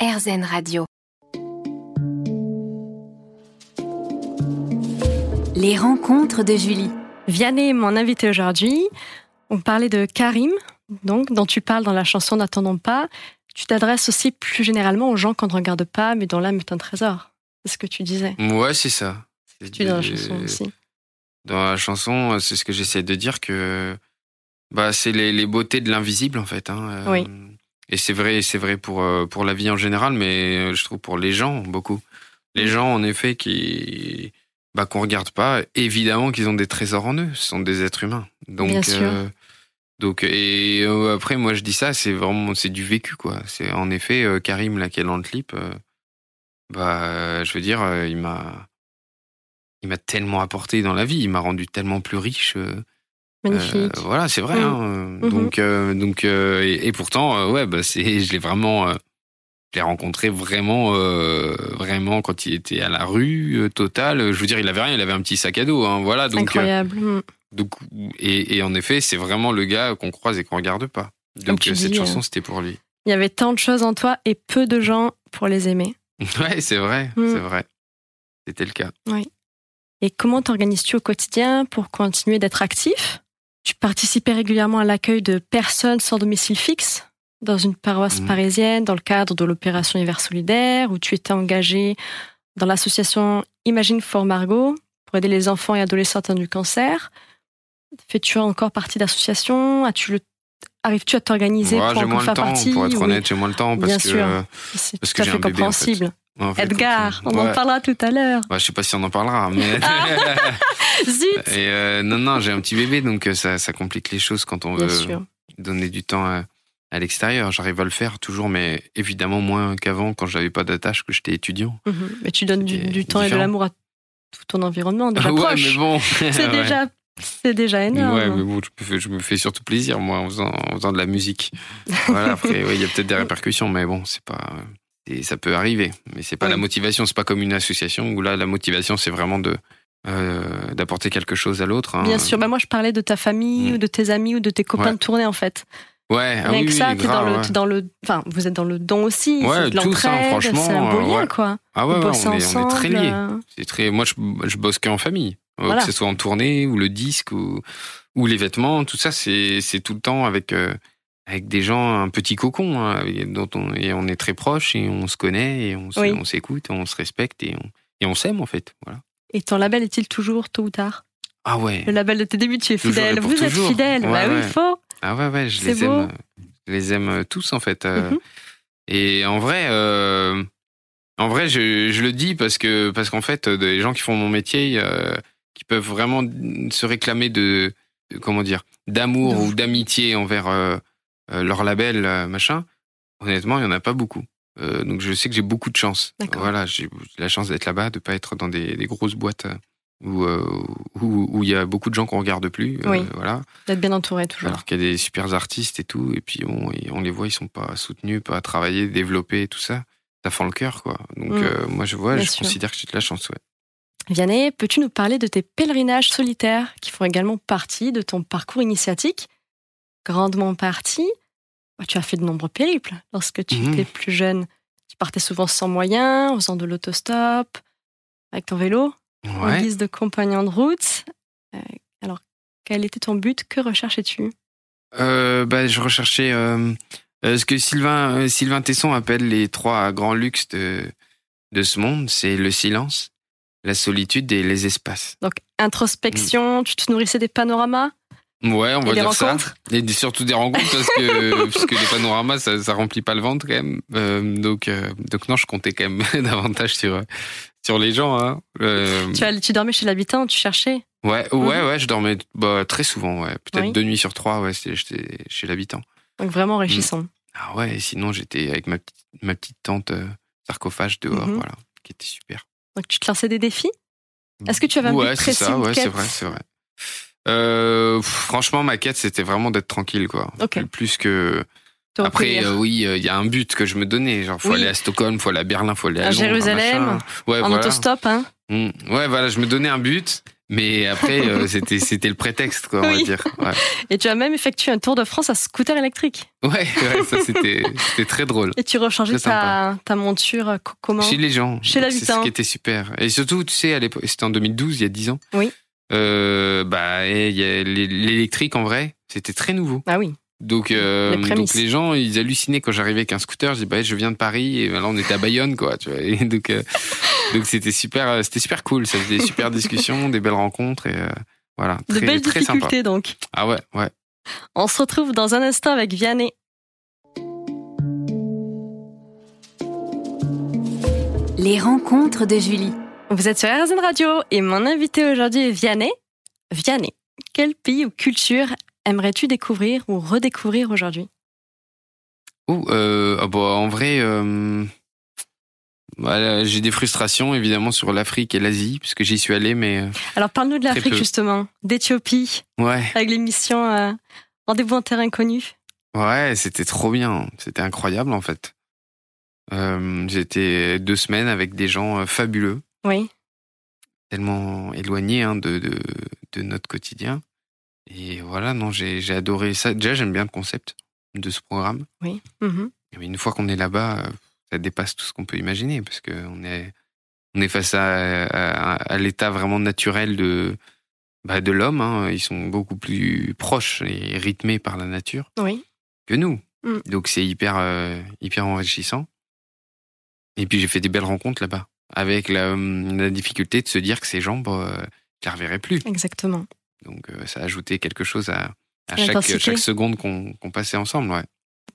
RZN Radio. Les rencontres de Julie. Vianney est mon invité aujourd'hui. On parlait de Karim, donc, dont tu parles dans la chanson N'attendons pas. Tu t'adresses aussi plus généralement aux gens qu'on ne regarde pas, mais dont l'âme est un trésor. C'est ce que tu disais. Ouais, c'est ça. C'est Tu es dans la du- chanson aussi. Dans la chanson, c'est ce que j'essaie de dire que bah c'est les, les beautés de l'invisible en fait. hein. Euh, Oui. Et c'est vrai, c'est vrai pour euh, pour la vie en général, mais euh, je trouve pour les gens beaucoup. Mm. Les gens en effet qui bah qu'on regarde pas, évidemment qu'ils ont des trésors en eux. Ce sont des êtres humains. Donc Bien sûr. euh, donc et euh, après moi je dis ça, c'est vraiment c'est du vécu quoi. C'est en effet euh, Karim là qui est dans le clip. euh, bah euh, je veux dire euh, il m'a il m'a tellement apporté dans la vie, il m'a rendu tellement plus riche. euh, Magnifique. euh, voilà, c'est vrai. Mm. hein, euh, Donc, euh, donc euh, et, et pourtant, euh, ouais, bah, c'est, je l'ai vraiment, euh, je l'ai rencontré vraiment, euh, vraiment quand il était à la rue euh, totale. Je veux dire, il avait rien, il avait un petit sac à dos. hein, voilà, donc, euh, Incroyable. Mm. donc et, et en effet, c'est vraiment le gars qu'on croise et qu'on regarde pas. Comme Donc tu euh, cette dis, euh, chanson, c'était pour lui. Il y avait tant de choses en toi et peu de gens pour les aimer. ouais, c'est vrai, Mm. c'est vrai. C'était le cas. Et comment t'organises-tu au quotidien pour continuer d'être actif Tu participais régulièrement à l'accueil de personnes sans domicile fixe dans une paroisse Mhm. parisienne dans le cadre de l'opération Hiver Solidaire, où tu étais engagé dans l'association Imagine for Margot pour aider les enfants et adolescents atteints du cancer. Fais-tu encore partie d'associations As-tu le... Arrives-tu à t'organiser Moi, pour j'ai encore moins le faire temps, partie pour être Oui, honnête, j'ai moins le temps parce Bien que. sûr. euh, C'est parce que tout à j'ai fait un bébé, en fait. compréhensible. en fait, Edgar, on en Ah, ouais. parlera tout à l'heure. Bah, je sais pas si on en parlera, mais. Zut Et euh, non, non, j'ai un petit bébé, donc euh, ça, ça complique les choses quand on Bien veut sûr. donner du temps à, à l'extérieur. J'arrive à le faire toujours, mais évidemment moins qu'avant quand j'avais pas d'attache, que j'étais étudiant. Mhm. Mais tu donnes du, C'était du temps et de différent. l'amour à tout ton environnement, déjà ouais, proche. mais bon. C'est Ouais. déjà, c'est déjà énorme. hein. Ouais, mais bon, je me, fais, je me fais surtout plaisir, moi, en faisant, en faisant de la musique. Voilà, après, ouais, il y a peut-être des répercussions, mais bon, c'est pas. Et ça peut arriver, mais c'est pas Ouais. la motivation, c'est pas comme une association où là, la motivation, c'est vraiment de. euh, d'apporter quelque chose à l'autre. hein. Bien sûr. Bah, moi, je parlais de ta famille Mm. ou de tes amis ou de tes copains Ouais. de tournée, en fait. Ouais, ah Rien oui, que oui, ça, t'es dans, grave, le- ouais. t'es dans le, enfin, vous êtes dans le don aussi. Ouais, c'est de tout ça, l'entraide, franchement, C'est un beau euh, lien, ouais. quoi. Ah ouais, Vous ouais, bossez on, est, on est ensemble, très liés. euh, C'est très. Moi, je, je bosse qu'en famille. Euh, Voilà. Que ce soit en tournée ou le disque ou, ou les vêtements, tout ça, c'est c'est tout le temps avec euh, avec des gens un petit cocon hein, et dont on et on est très proches et on se connaît et on se- Oui. on s'écoute, on se respecte et on et on s'aime en fait. Voilà. Et ton label est-il toujours tôt ou tard Ah ouais. Le label de tes débuts, tu es Toujours et fidèle. pour Vous êtes toujours. fidèle. Ouais, bah oui, ouais. il faut. Ah ouais ouais, je C'est les aime. beau. euh, Je les aime euh, tous en fait. euh, Mhm. Et en vrai, euh, en vrai, je, je le dis parce que parce qu'en fait, euh, des gens qui font mon métier, euh, qui peuvent vraiment se réclamer de, de- comment dire, d'amour De- ou d'amitié envers euh, euh, leur label, euh, machin. Honnêtement, il y en a pas beaucoup. Euh, donc je sais que j'ai beaucoup de chance. D'accord. Voilà, j'ai la chance d'être là-bas, de pas être dans des, des grosses boîtes euh, où euh, où où il y a beaucoup de gens qu'on regarde plus. euh, Oui. Voilà. D'être bien entouré toujours. Alors qu'il y a des super artistes et tout, et puis bon, et on les voit, ils sont pas soutenus, pas travaillés, développés, tout ça. Ça fend le cœur, quoi. Donc Mm. euh, moi, je vois, Bien je sûr. considère que j'ai de la chance, ouais. Vianney, peux-tu nous parler de tes pèlerinages solitaires qui font également partie de ton parcours initiatique Grandement partie, bah, tu as fait de nombreux périples lorsque tu Mhm. étais plus jeune. Tu partais souvent sans moyens, en faisant de l'autostop, avec ton vélo, en Ouais. guise de compagnon de route. Euh, alors, quel était ton but Que recherchais-tu Euh, bah, je recherchais euh, euh, ce que Sylvain, euh, Sylvain Tesson appelle les trois grands luxes de, de ce monde c'est le silence, la solitude et les espaces. Donc, introspection, tu te nourrissais des panoramas Ouais, Mmh. on va et des dire ça. rencontres Et des- surtout des rencontres parce que, parce que les panoramas, ça, ça remplit pas le ventre quand même. Euh, donc, euh, donc non, je comptais quand même davantage sur, euh, sur les gens. Hein. Euh, tu, allais- tu dormais chez l'habitant, tu cherchais ouais, ouais, Mhm. ouais, je dormais bah, très souvent, ouais. Peut-être Oui. deux nuits sur trois, ouais, c'était- j'étais chez l'habitant. Donc, vraiment enrichissant. Ah ouais, et sinon j'étais avec ma petite, ma petite tante euh, sarcophage dehors, Mhm. voilà, qui était super. Donc, tu te lançais des défis Est-ce que tu avais un ouais, but c'est précis ça, une ouais, c'est quête vrai, c'est vrai. Euh, pff, franchement, ma quête, c'était vraiment d'être tranquille, quoi. Ok. Plus- Plus que te Après, recueillir euh, oui, il y a un but que je me donnais. Genre, faut Oui. aller à Stockholm, faut aller à Berlin, faut aller à, À Londres, Jérusalem, machin. ouais, en voilà. autostop, hein Mm. Ouais, voilà, je me donnais un but, Mais après, euh, c'était c'était le prétexte, quoi, on va Oui. dire. Ouais, Et tu as même effectué un tour de France à scooter électrique. ouais, ouais, ça c'était c'était très drôle. Et tu rechangeais Très sympa. ta, ta monture euh, co- comment Chez les gens. Chez hein. Donc, C'est ce l'habitant. qui était super. Et surtout, tu sais, à l'époque, c'était en 2012, il y a 10 ans. Oui. Euh, bah, et il y a l'é- l'électrique, en vrai, c'était très nouveau. Ah oui. Donc, euh, Les donc, les prémices. gens, ils hallucinaient quand j'arrivais avec un scooter. Je dis, bah, je viens de Paris. Et là, on était à Bayonne, quoi. Tu vois. Et donc, euh, donc c'était super, euh, c'était super cool. Ça faisait des super discussions, des belles rencontres. Et euh, voilà. De Très, belles très sympa. difficultés donc. Ah ouais, ouais. On se retrouve dans un instant avec Vianney. Les rencontres de Julie. Vous êtes sur RZN Radio et mon invité aujourd'hui est Vianney. Vianney, quel pays ou culture aimerais-tu découvrir ou redécouvrir aujourd'hui Ouh, euh, ah bah, en vrai, euh, voilà, j'ai des frustrations évidemment sur l'Afrique et l'Asie, puisque j'y suis allé, mais euh, Alors parle-nous de l'Afrique peu. justement, d'Éthiopie, ouais, avec l'émission euh, Rendez-vous en terre inconnue. ouais, c'était trop bien, c'était incroyable en fait. Euh, J'étais deux semaines avec des gens euh, fabuleux, Oui. tellement éloignés hein, de, de, de notre quotidien. Et voilà, non, j'ai j'ai adoré ça. Déjà, j'aime bien le concept de ce programme. Mhm. Mais une fois qu'on est là-bas, euh, ça dépasse tout ce qu'on peut imaginer parce qu'on est, on est face à, à- à l'état vraiment naturel de, bah, de l'homme. hein. Ils sont beaucoup plus proches et rythmés par la nature Oui. que nous. Mm. Donc c'est hyper, euh, hyper enrichissant. Et puis j'ai fait des belles rencontres là-bas avec la, hum, la difficulté de se dire que ces gens, bah, euh, je les reverrai plus. Exactement. Donc euh, ça a ajouté quelque chose à, à chaque, L'intensité. chaque seconde qu'on qu'on passait ensemble. Ouais.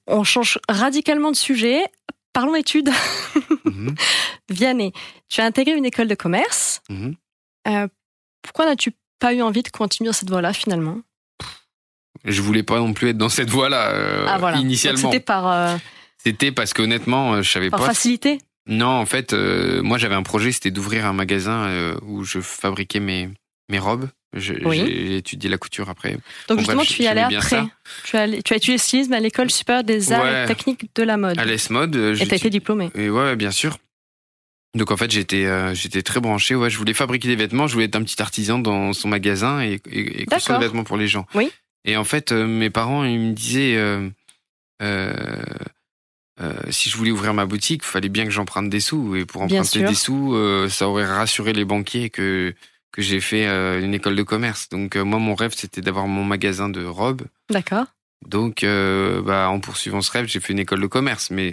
On change radicalement de sujet. Parlons études. Mhm, Vianney, tu as intégré une école de commerce. mhm. Euh, pourquoi n'as-tu pas eu envie de continuer dans cette voie-là finalement je voulais pas non plus être dans cette voie-là euh, Ah voilà. initialement. Donc, C'était par, euh, C'était parce qu'honnêtement, euh, je savais par pas. facilité. Non, en fait, euh, moi j'avais un projet, c'était d'ouvrir un magasin euh, où je fabriquais mes mes robes. Je- J'ai Oui. étudié la couture après. Donc Bon, justement, bref, tu y allais j'aimais bien après. ça. Tu as, tu as étudié le stylisme à l'école supérieure des arts Ouais. et techniques de la mode. À l'Es Mode. euh, Et j'ai t'as été diplômé. Et ouais, ouais, bien sûr. Donc en fait, j'étais euh, j'étais très branché. Ouais, je voulais fabriquer des vêtements. Je voulais être un petit artisan dans son magasin et, et, et construire D'accord. des vêtements pour les gens. Oui. Et en fait, euh, mes parents ils me disaient euh, euh, euh, si je voulais ouvrir ma boutique, fallait bien que j'emprunte des sous. Et pour Bien emprunter sûr. des sous, euh, ça aurait rassuré les banquiers que que j'ai fait euh, une école de commerce. Donc euh, moi, mon rêve, c'était d'avoir mon magasin de robes. D'accord. Donc, euh, bah, en poursuivant ce rêve, j'ai fait une école de commerce, mais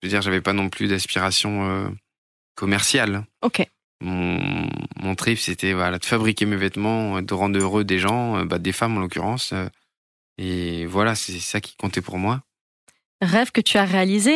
je veux dire, j'avais pas non plus d'aspiration euh, commerciale. Ok. Mon, mon trip, c'était voilà, de fabriquer mes vêtements, euh, de rendre heureux des gens, euh, bah, des femmes en l'occurrence. euh, et voilà, c'est ça qui comptait pour moi. Rêve que tu as réalisé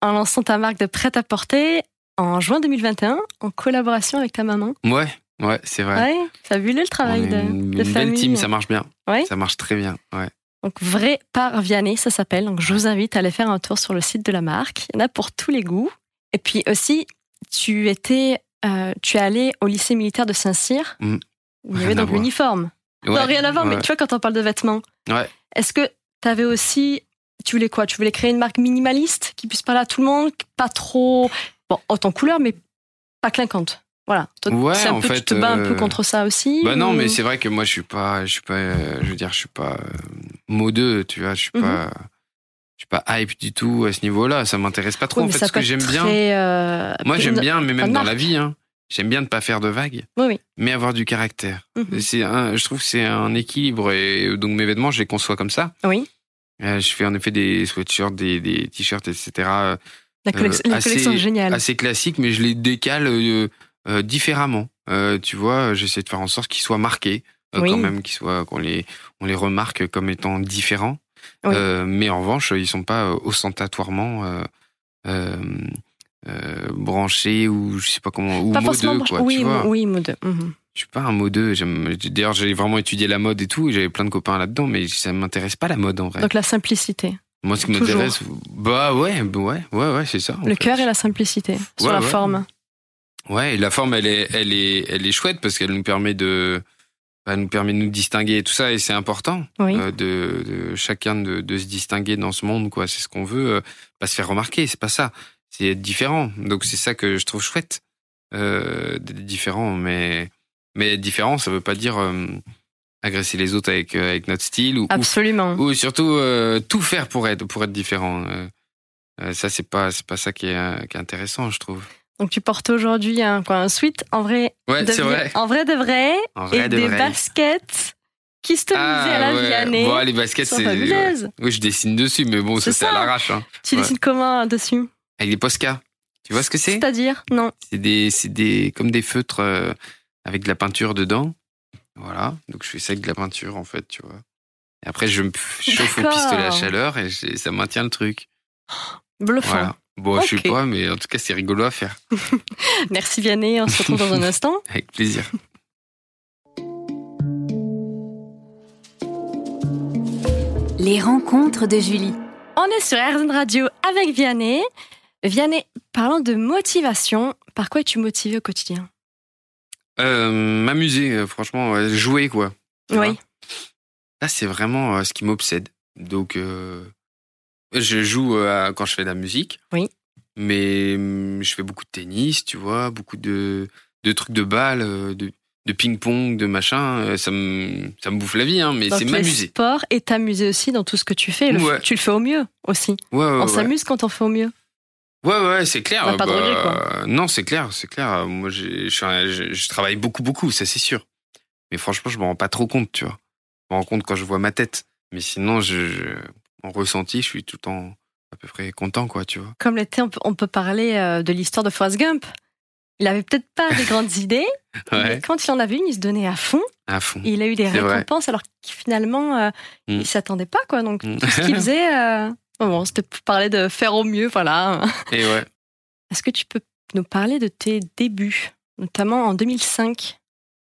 en lançant ta marque de prêt-à-porter en juin 2021 en collaboration avec ta maman. Ouais, ouais, c'est vrai. Ouais. Fabuleux le On est travail de, une, de une belle famille. euh. team, ça marche bien. Ouais. Ça marche très bien. Ouais. Donc vrai par Vianney, ça s'appelle. Donc je vous invite à aller faire un tour sur le site de la marque. Il y en a pour tous les goûts. Et puis aussi, tu étais, euh, tu es allé au lycée militaire de Saint-Cyr. Mm. Où il y Rien avait à donc voir. l'uniforme. Ouais, Non, rien à voir, ouais. mais tu vois, quand on parle de vêtements, Ouais. est-ce que tu avais aussi. Tu voulais quoi Tu voulais créer une marque minimaliste qui puisse parler à tout le monde, pas trop. Bon, haute en couleur, mais pas clinquante. Voilà. Toi, Ouais, c'est un en peu, fait, tu te bats un peu euh, contre ça aussi Bah non, ou- mais c'est vrai que moi je suis pas, je suis pas, euh, je veux dire, je suis pas euh, modeux, tu vois, je suis Mhm. pas, je suis pas hype du tout à ce niveau-là. Ça m'intéresse pas trop. Oui, en mais fait, ça ce peut que être j'aime bien, très, euh, moi peu- j'aime bien, mais même dans marque. la vie, hein, j'aime bien Euh, ne pas faire de vagues, Oui, oui. mais avoir du caractère. Mhm. C'est, un, je trouve que c'est un équilibre et donc mes vêtements, je les conçois comme ça. Oui. Euh, je fais en effet des sweatshirts, des, des t-shirts, etc. euh, La, collection, la assez- collection est géniale. assez classiques, mais je les décale euh, euh, différemment. Euh, tu vois, j'essaie de faire en sorte qu'ils soient marqués, euh, Oui. quand même, qu'ils soient, qu'on les, on les remarque comme étant différents. Oui. Euh, mais en revanche, ils sont pas euh, ostentatoirement euh, euh, euh, branchés ou je sais pas comment, ou pas forcément modeux, branché. quoi. oui, tu vois. mo- oui, mode. Mhm. Je suis pas un modeux. j'aime- D'ailleurs, j'ai vraiment étudié la mode et tout, et j'avais plein de copains là-dedans, mais ça m'intéresse pas la mode en vrai. Donc la simplicité, Moi, ce qui toujours. m'intéresse, bah ouais, bah ouais, ouais, ouais, c'est ça. en le fait. cœur et la simplicité sur Ouais, la ouais. forme. Ouais, et la forme, elle est, elle est, elle est chouette parce qu'elle nous permet de, elle nous permet de nous distinguer et tout ça, et c'est important Oui, euh, de, de chacun de, de se distinguer dans ce monde, quoi. C'est ce qu'on veut, euh, pas se faire remarquer, c'est pas ça. C'est être différent. Donc c'est ça que je trouve chouette, euh, d'être différent, mais Mais être différent, ça veut pas dire euh, agresser les autres avec, euh, avec notre style ou, ou, Absolument. ou surtout euh, tout faire pour être, pour être différent. Euh, euh, ça, c'est pas, c'est pas ça qui est, euh, qui est intéressant, je trouve. Donc tu portes aujourd'hui un, quoi, un sweat en vrai, Ouais, de c'est vrai. en vrai de vrai En et vrai de des vrai. Ah baskets customisées à la ouais. Vianney. Bon, les baskets, sont c'est. ouais. fabuleuses. Oui, je dessine dessus, mais bon, ça, C'est c'est à ça. l'arrache. hein. Tu Ouais. dessines comment dessus Avec des Posca. Tu vois ce que c'est C'est-à-dire Non. C'est des, c'est des, comme des feutres euh, avec de la peinture dedans. Voilà. Donc, je fais ça avec de la peinture, en fait, tu vois. Et après, je me chauffe au D'accord. pistolet à chaleur et j'ai- ça maintient le truc. Bluffant. Voilà. Bon, je Ok. sais pas, mais en tout cas, c'est rigolo à faire. Merci Vianney, on se retrouve dans un instant. Avec plaisir. Les rencontres de Julie. On est sur RZN Radio avec Vianney. Vianney, parlant de motivation, par quoi es-tu motivée au quotidien Euh, M'amuser, euh, franchement, ouais, jouer, quoi. Tu vois Oui. Là, c'est vraiment euh, ce qui m'obsède. Donc, euh, je joue euh, à- quand je fais de la musique. Oui. Mais hum, je fais beaucoup de tennis, tu vois, beaucoup de, de trucs de balle, euh, de, de ping-pong, de machin. Euh, Ça me, ça me bouffe la vie, hein, mais Dans c'est tous les m'amuser. sports et t'amuser aussi dans tout ce que tu fais. Le- Ouais. Tu le fais au mieux aussi. Ouais, ouais, on ouais. s'amuse quand on fait au mieux. Ouais, ouais, c'est clair. On n'a pas de regret, euh, Non, c'est clair, c'est clair. Moi, j'ai- je, suis un- je- je travaille beaucoup, beaucoup, ça c'est sûr. Mais franchement, je m'en rends pas trop compte, tu vois. Je m'en rends compte quand je vois ma tête. Mais sinon, je, je- en ressenti, je suis tout le temps à peu près content, quoi, tu vois. Comme l'été, on peut, on peut parler euh, de l'histoire de Forrest Gump. Il avait peut-être pas des grandes idées, mais Ouais, quand il en avait une, il se donnait à fond. à fond. Il a eu des C'est vrai. récompenses alors qu'il finalement, euh, Mm. il s'attendait pas quoi. Donc Mm. ce qu'il faisait, euh, bon, bon, c'était pour parler de faire au mieux, voilà. Et ouais. Est-ce que tu peux nous parler de tes débuts, notamment en 2005,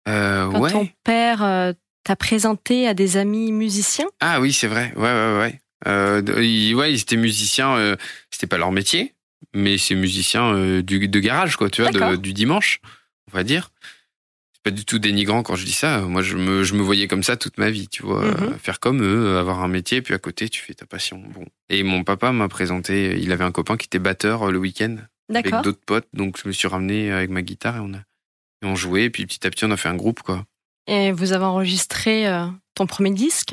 Euh, quand ouais. ton père euh, t'a présenté à des amis musiciens Ah oui, c'est vrai. Ouais, ouais, ouais. Euh, de- ils, ouais, ils étaient musiciens. euh, c'était pas leur métier, mais c'est musiciens euh, du, de garage, quoi, tu vois, de- D'accord. du dimanche, on va dire. C'est pas du tout dénigrant quand je dis ça. Moi, je me, je me voyais comme ça toute ma vie, tu vois. Mhm. euh, Faire comme eux, euh, avoir un métier, puis à côté, tu fais ta passion. Bon. Et mon papa m'a présenté, euh, il avait un copain qui était batteur euh, le week-end avec D'accord. d'autres potes. Donc, je me suis ramené avec ma guitare et on, a, et on jouait. Et puis, petit à petit, on a fait un groupe, quoi. Et vous avez enregistré euh, ton premier disque,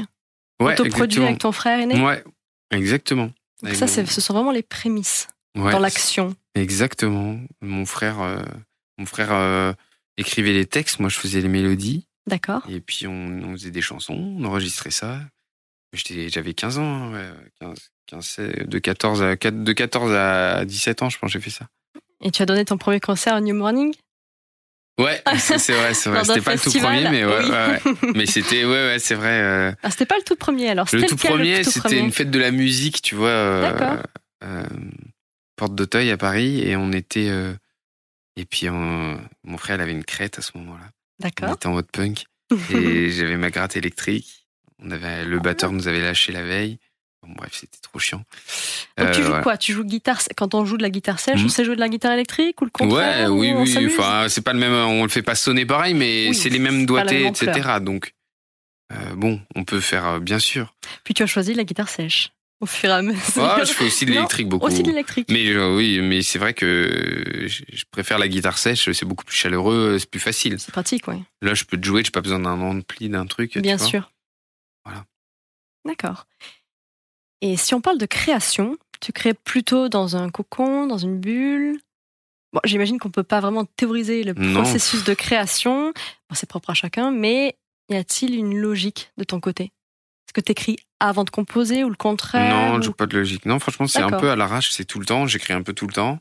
Ouais, autoproduit avec ton frère aîné. Ouais, exactement. Donc Avec ça, mon- c'est- ce sont vraiment les prémices Ouais, dans l'action. Exactement. Mon frère, euh, mon frère euh, écrivait les textes, moi je faisais les mélodies, D'accord. et puis on, on faisait des chansons, on enregistrait ça. J'étais- J'avais 15 ans, hein, ouais, 15, 15, euh, de, 14 à, quat- de 14 à 17 ans, je pense, que j'ai fait ça. Et tu as donné ton premier concert au New Morning Ouais, ça, c'est vrai, c'est vrai. Dans un C'était pas le tout festival, premier, mais ouais, oui. ouais, ouais. Mais c'était, ouais, ouais, c'est vrai. euh, Ah, c'était pas le tout premier alors. le c'était tout lequel, premier, tout c'était premier une fête de la musique, tu vois, euh, D'accord. euh, porte d'Auteuil à Paris, et on était. euh, et puis on- mon frère, il avait une crête à ce moment-là. On D'accord. était en mode punk, et j'avais ma gratte électrique. On avait Ah le batteur nous avait lâché la veille. Bon, bref, c'était trop chiant. Donc tu Euh, joues voilà. quoi Tu joues guitare quand on joue de la guitare sèche, Mhm. on sait jouer de la guitare électrique ou le Ouais, contraire oui, ou on oui. s'amuse Enfin, c'est pas le même. On le fait pas sonner pareil, mais Oui, c'est les c'est mêmes pas la doigtés, même etc. Donc euh, bon, on peut faire, euh, bien sûr. Puis tu as choisi la guitare sèche au fur et à mesure. Ah, je fais aussi de Non, l'électrique beaucoup. Aussi de l'électrique. Mais euh, oui, mais c'est vrai que je je préfère la guitare sèche, c'est beaucoup plus chaleureux, c'est plus facile. C'est pratique, oui. Là, je peux te jouer, j'ai pas besoin d'un ampli, d'un truc. tu Bien vois. sûr. Voilà. D'accord. Et si on parle de création, tu crées plutôt dans un cocon, dans une bulle. Bon, j'imagine qu'on peut pas vraiment théoriser le Non. processus de création. Bon, c'est propre à chacun, mais y a-t-il une logique de ton côté Est-ce que tu écris avant de composer ou le contraire Non, ou- je pas de logique. Non, franchement, c'est un D'accord. peu à l'arrache, c'est tout le temps, j'écris un peu tout le temps.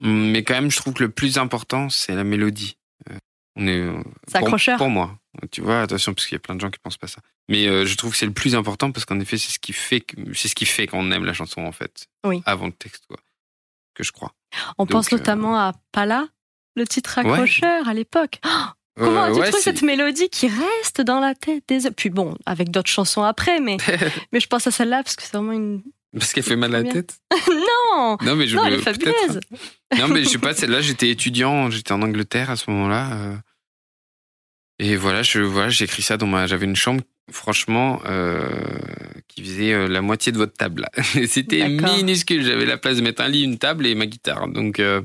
Mais quand même, je trouve que le plus important, c'est la mélodie. Euh, On est euh, C'est pour, accrocheur. pour moi. Tu vois, attention, parce qu'il y a plein de gens qui pensent pas ça. Mais euh, je trouve que c'est le plus important parce qu'en effet, c'est ce qui fait, que- c'est ce qui fait qu'on aime la chanson en fait, Oui. avant le texte, quoi. Que je crois. On donc, pense euh, notamment à Pala, le titre Ouais. accrocheur à l'époque. Comment Euh, as-tu ouais, trouvé c'est- cette mélodie qui reste dans la tête des... Puis bon, avec d'autres chansons après, mais, mais je pense à celle-là parce que c'est vraiment une... Parce qu'elle fait mal à la Combien tête. Non Non, mais je Non, elle est peut-être. hein. fabuleuse Non, mais je sais pas, celle-là, j'étais étudiant, j'étais en Angleterre à ce moment-là. euh, et voilà, je voilà, j'ai écrit ça dans ma. J'avais une chambre, franchement, euh, qui faisait euh, la moitié de votre table. là. C'était D'accord. minuscule. J'avais la place de mettre un lit, une table et ma guitare. Donc, euh,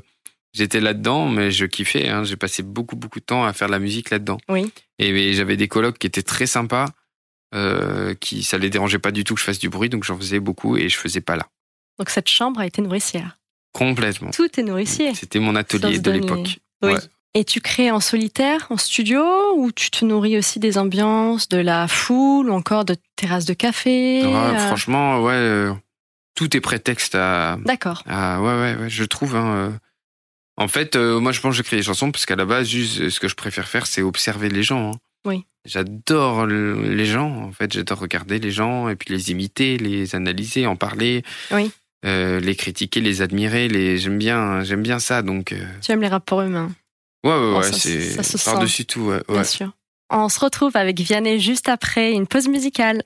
J'étais là-dedans, mais je kiffais. hein. J'ai passé beaucoup, beaucoup de temps à faire de la musique là-dedans. Oui. Et, et j'avais des colocs qui étaient très sympas, euh, qui ça les dérangeait pas du tout que je fasse du bruit, donc j'en faisais beaucoup et je faisais pas là. Donc cette chambre a été nourricière. Complètement. Tout est nourricier. C'était mon atelier se de donne l'époque. Oui. Ouais. Et tu crées en solitaire, en studio, ou tu te nourris aussi des ambiances, de la foule, ou encore de terrasses de café Ouais, euh, Franchement, ouais, euh, tout est prétexte à, D'accord. Ah ouais, ouais, ouais, je trouve. hein, euh. En fait, euh, moi, je pense que j'ai créé des chansons parce qu'à la base, juste, euh, ce que je préfère faire, c'est observer les gens. hein. Oui. J'adore le- les gens, en fait. J'adore regarder les gens et puis les imiter, les analyser, en parler. Oui. euh, les critiquer, les admirer, les j'aime bien, j'aime bien ça. Donc euh, Tu aimes les rapports humains, ouais, ouais, Oh, ouais, ça se- c'est ça se sent. par dessus tout. ouais, ouais. bien sûr. On se retrouve avec Vianney juste après une pause musicale.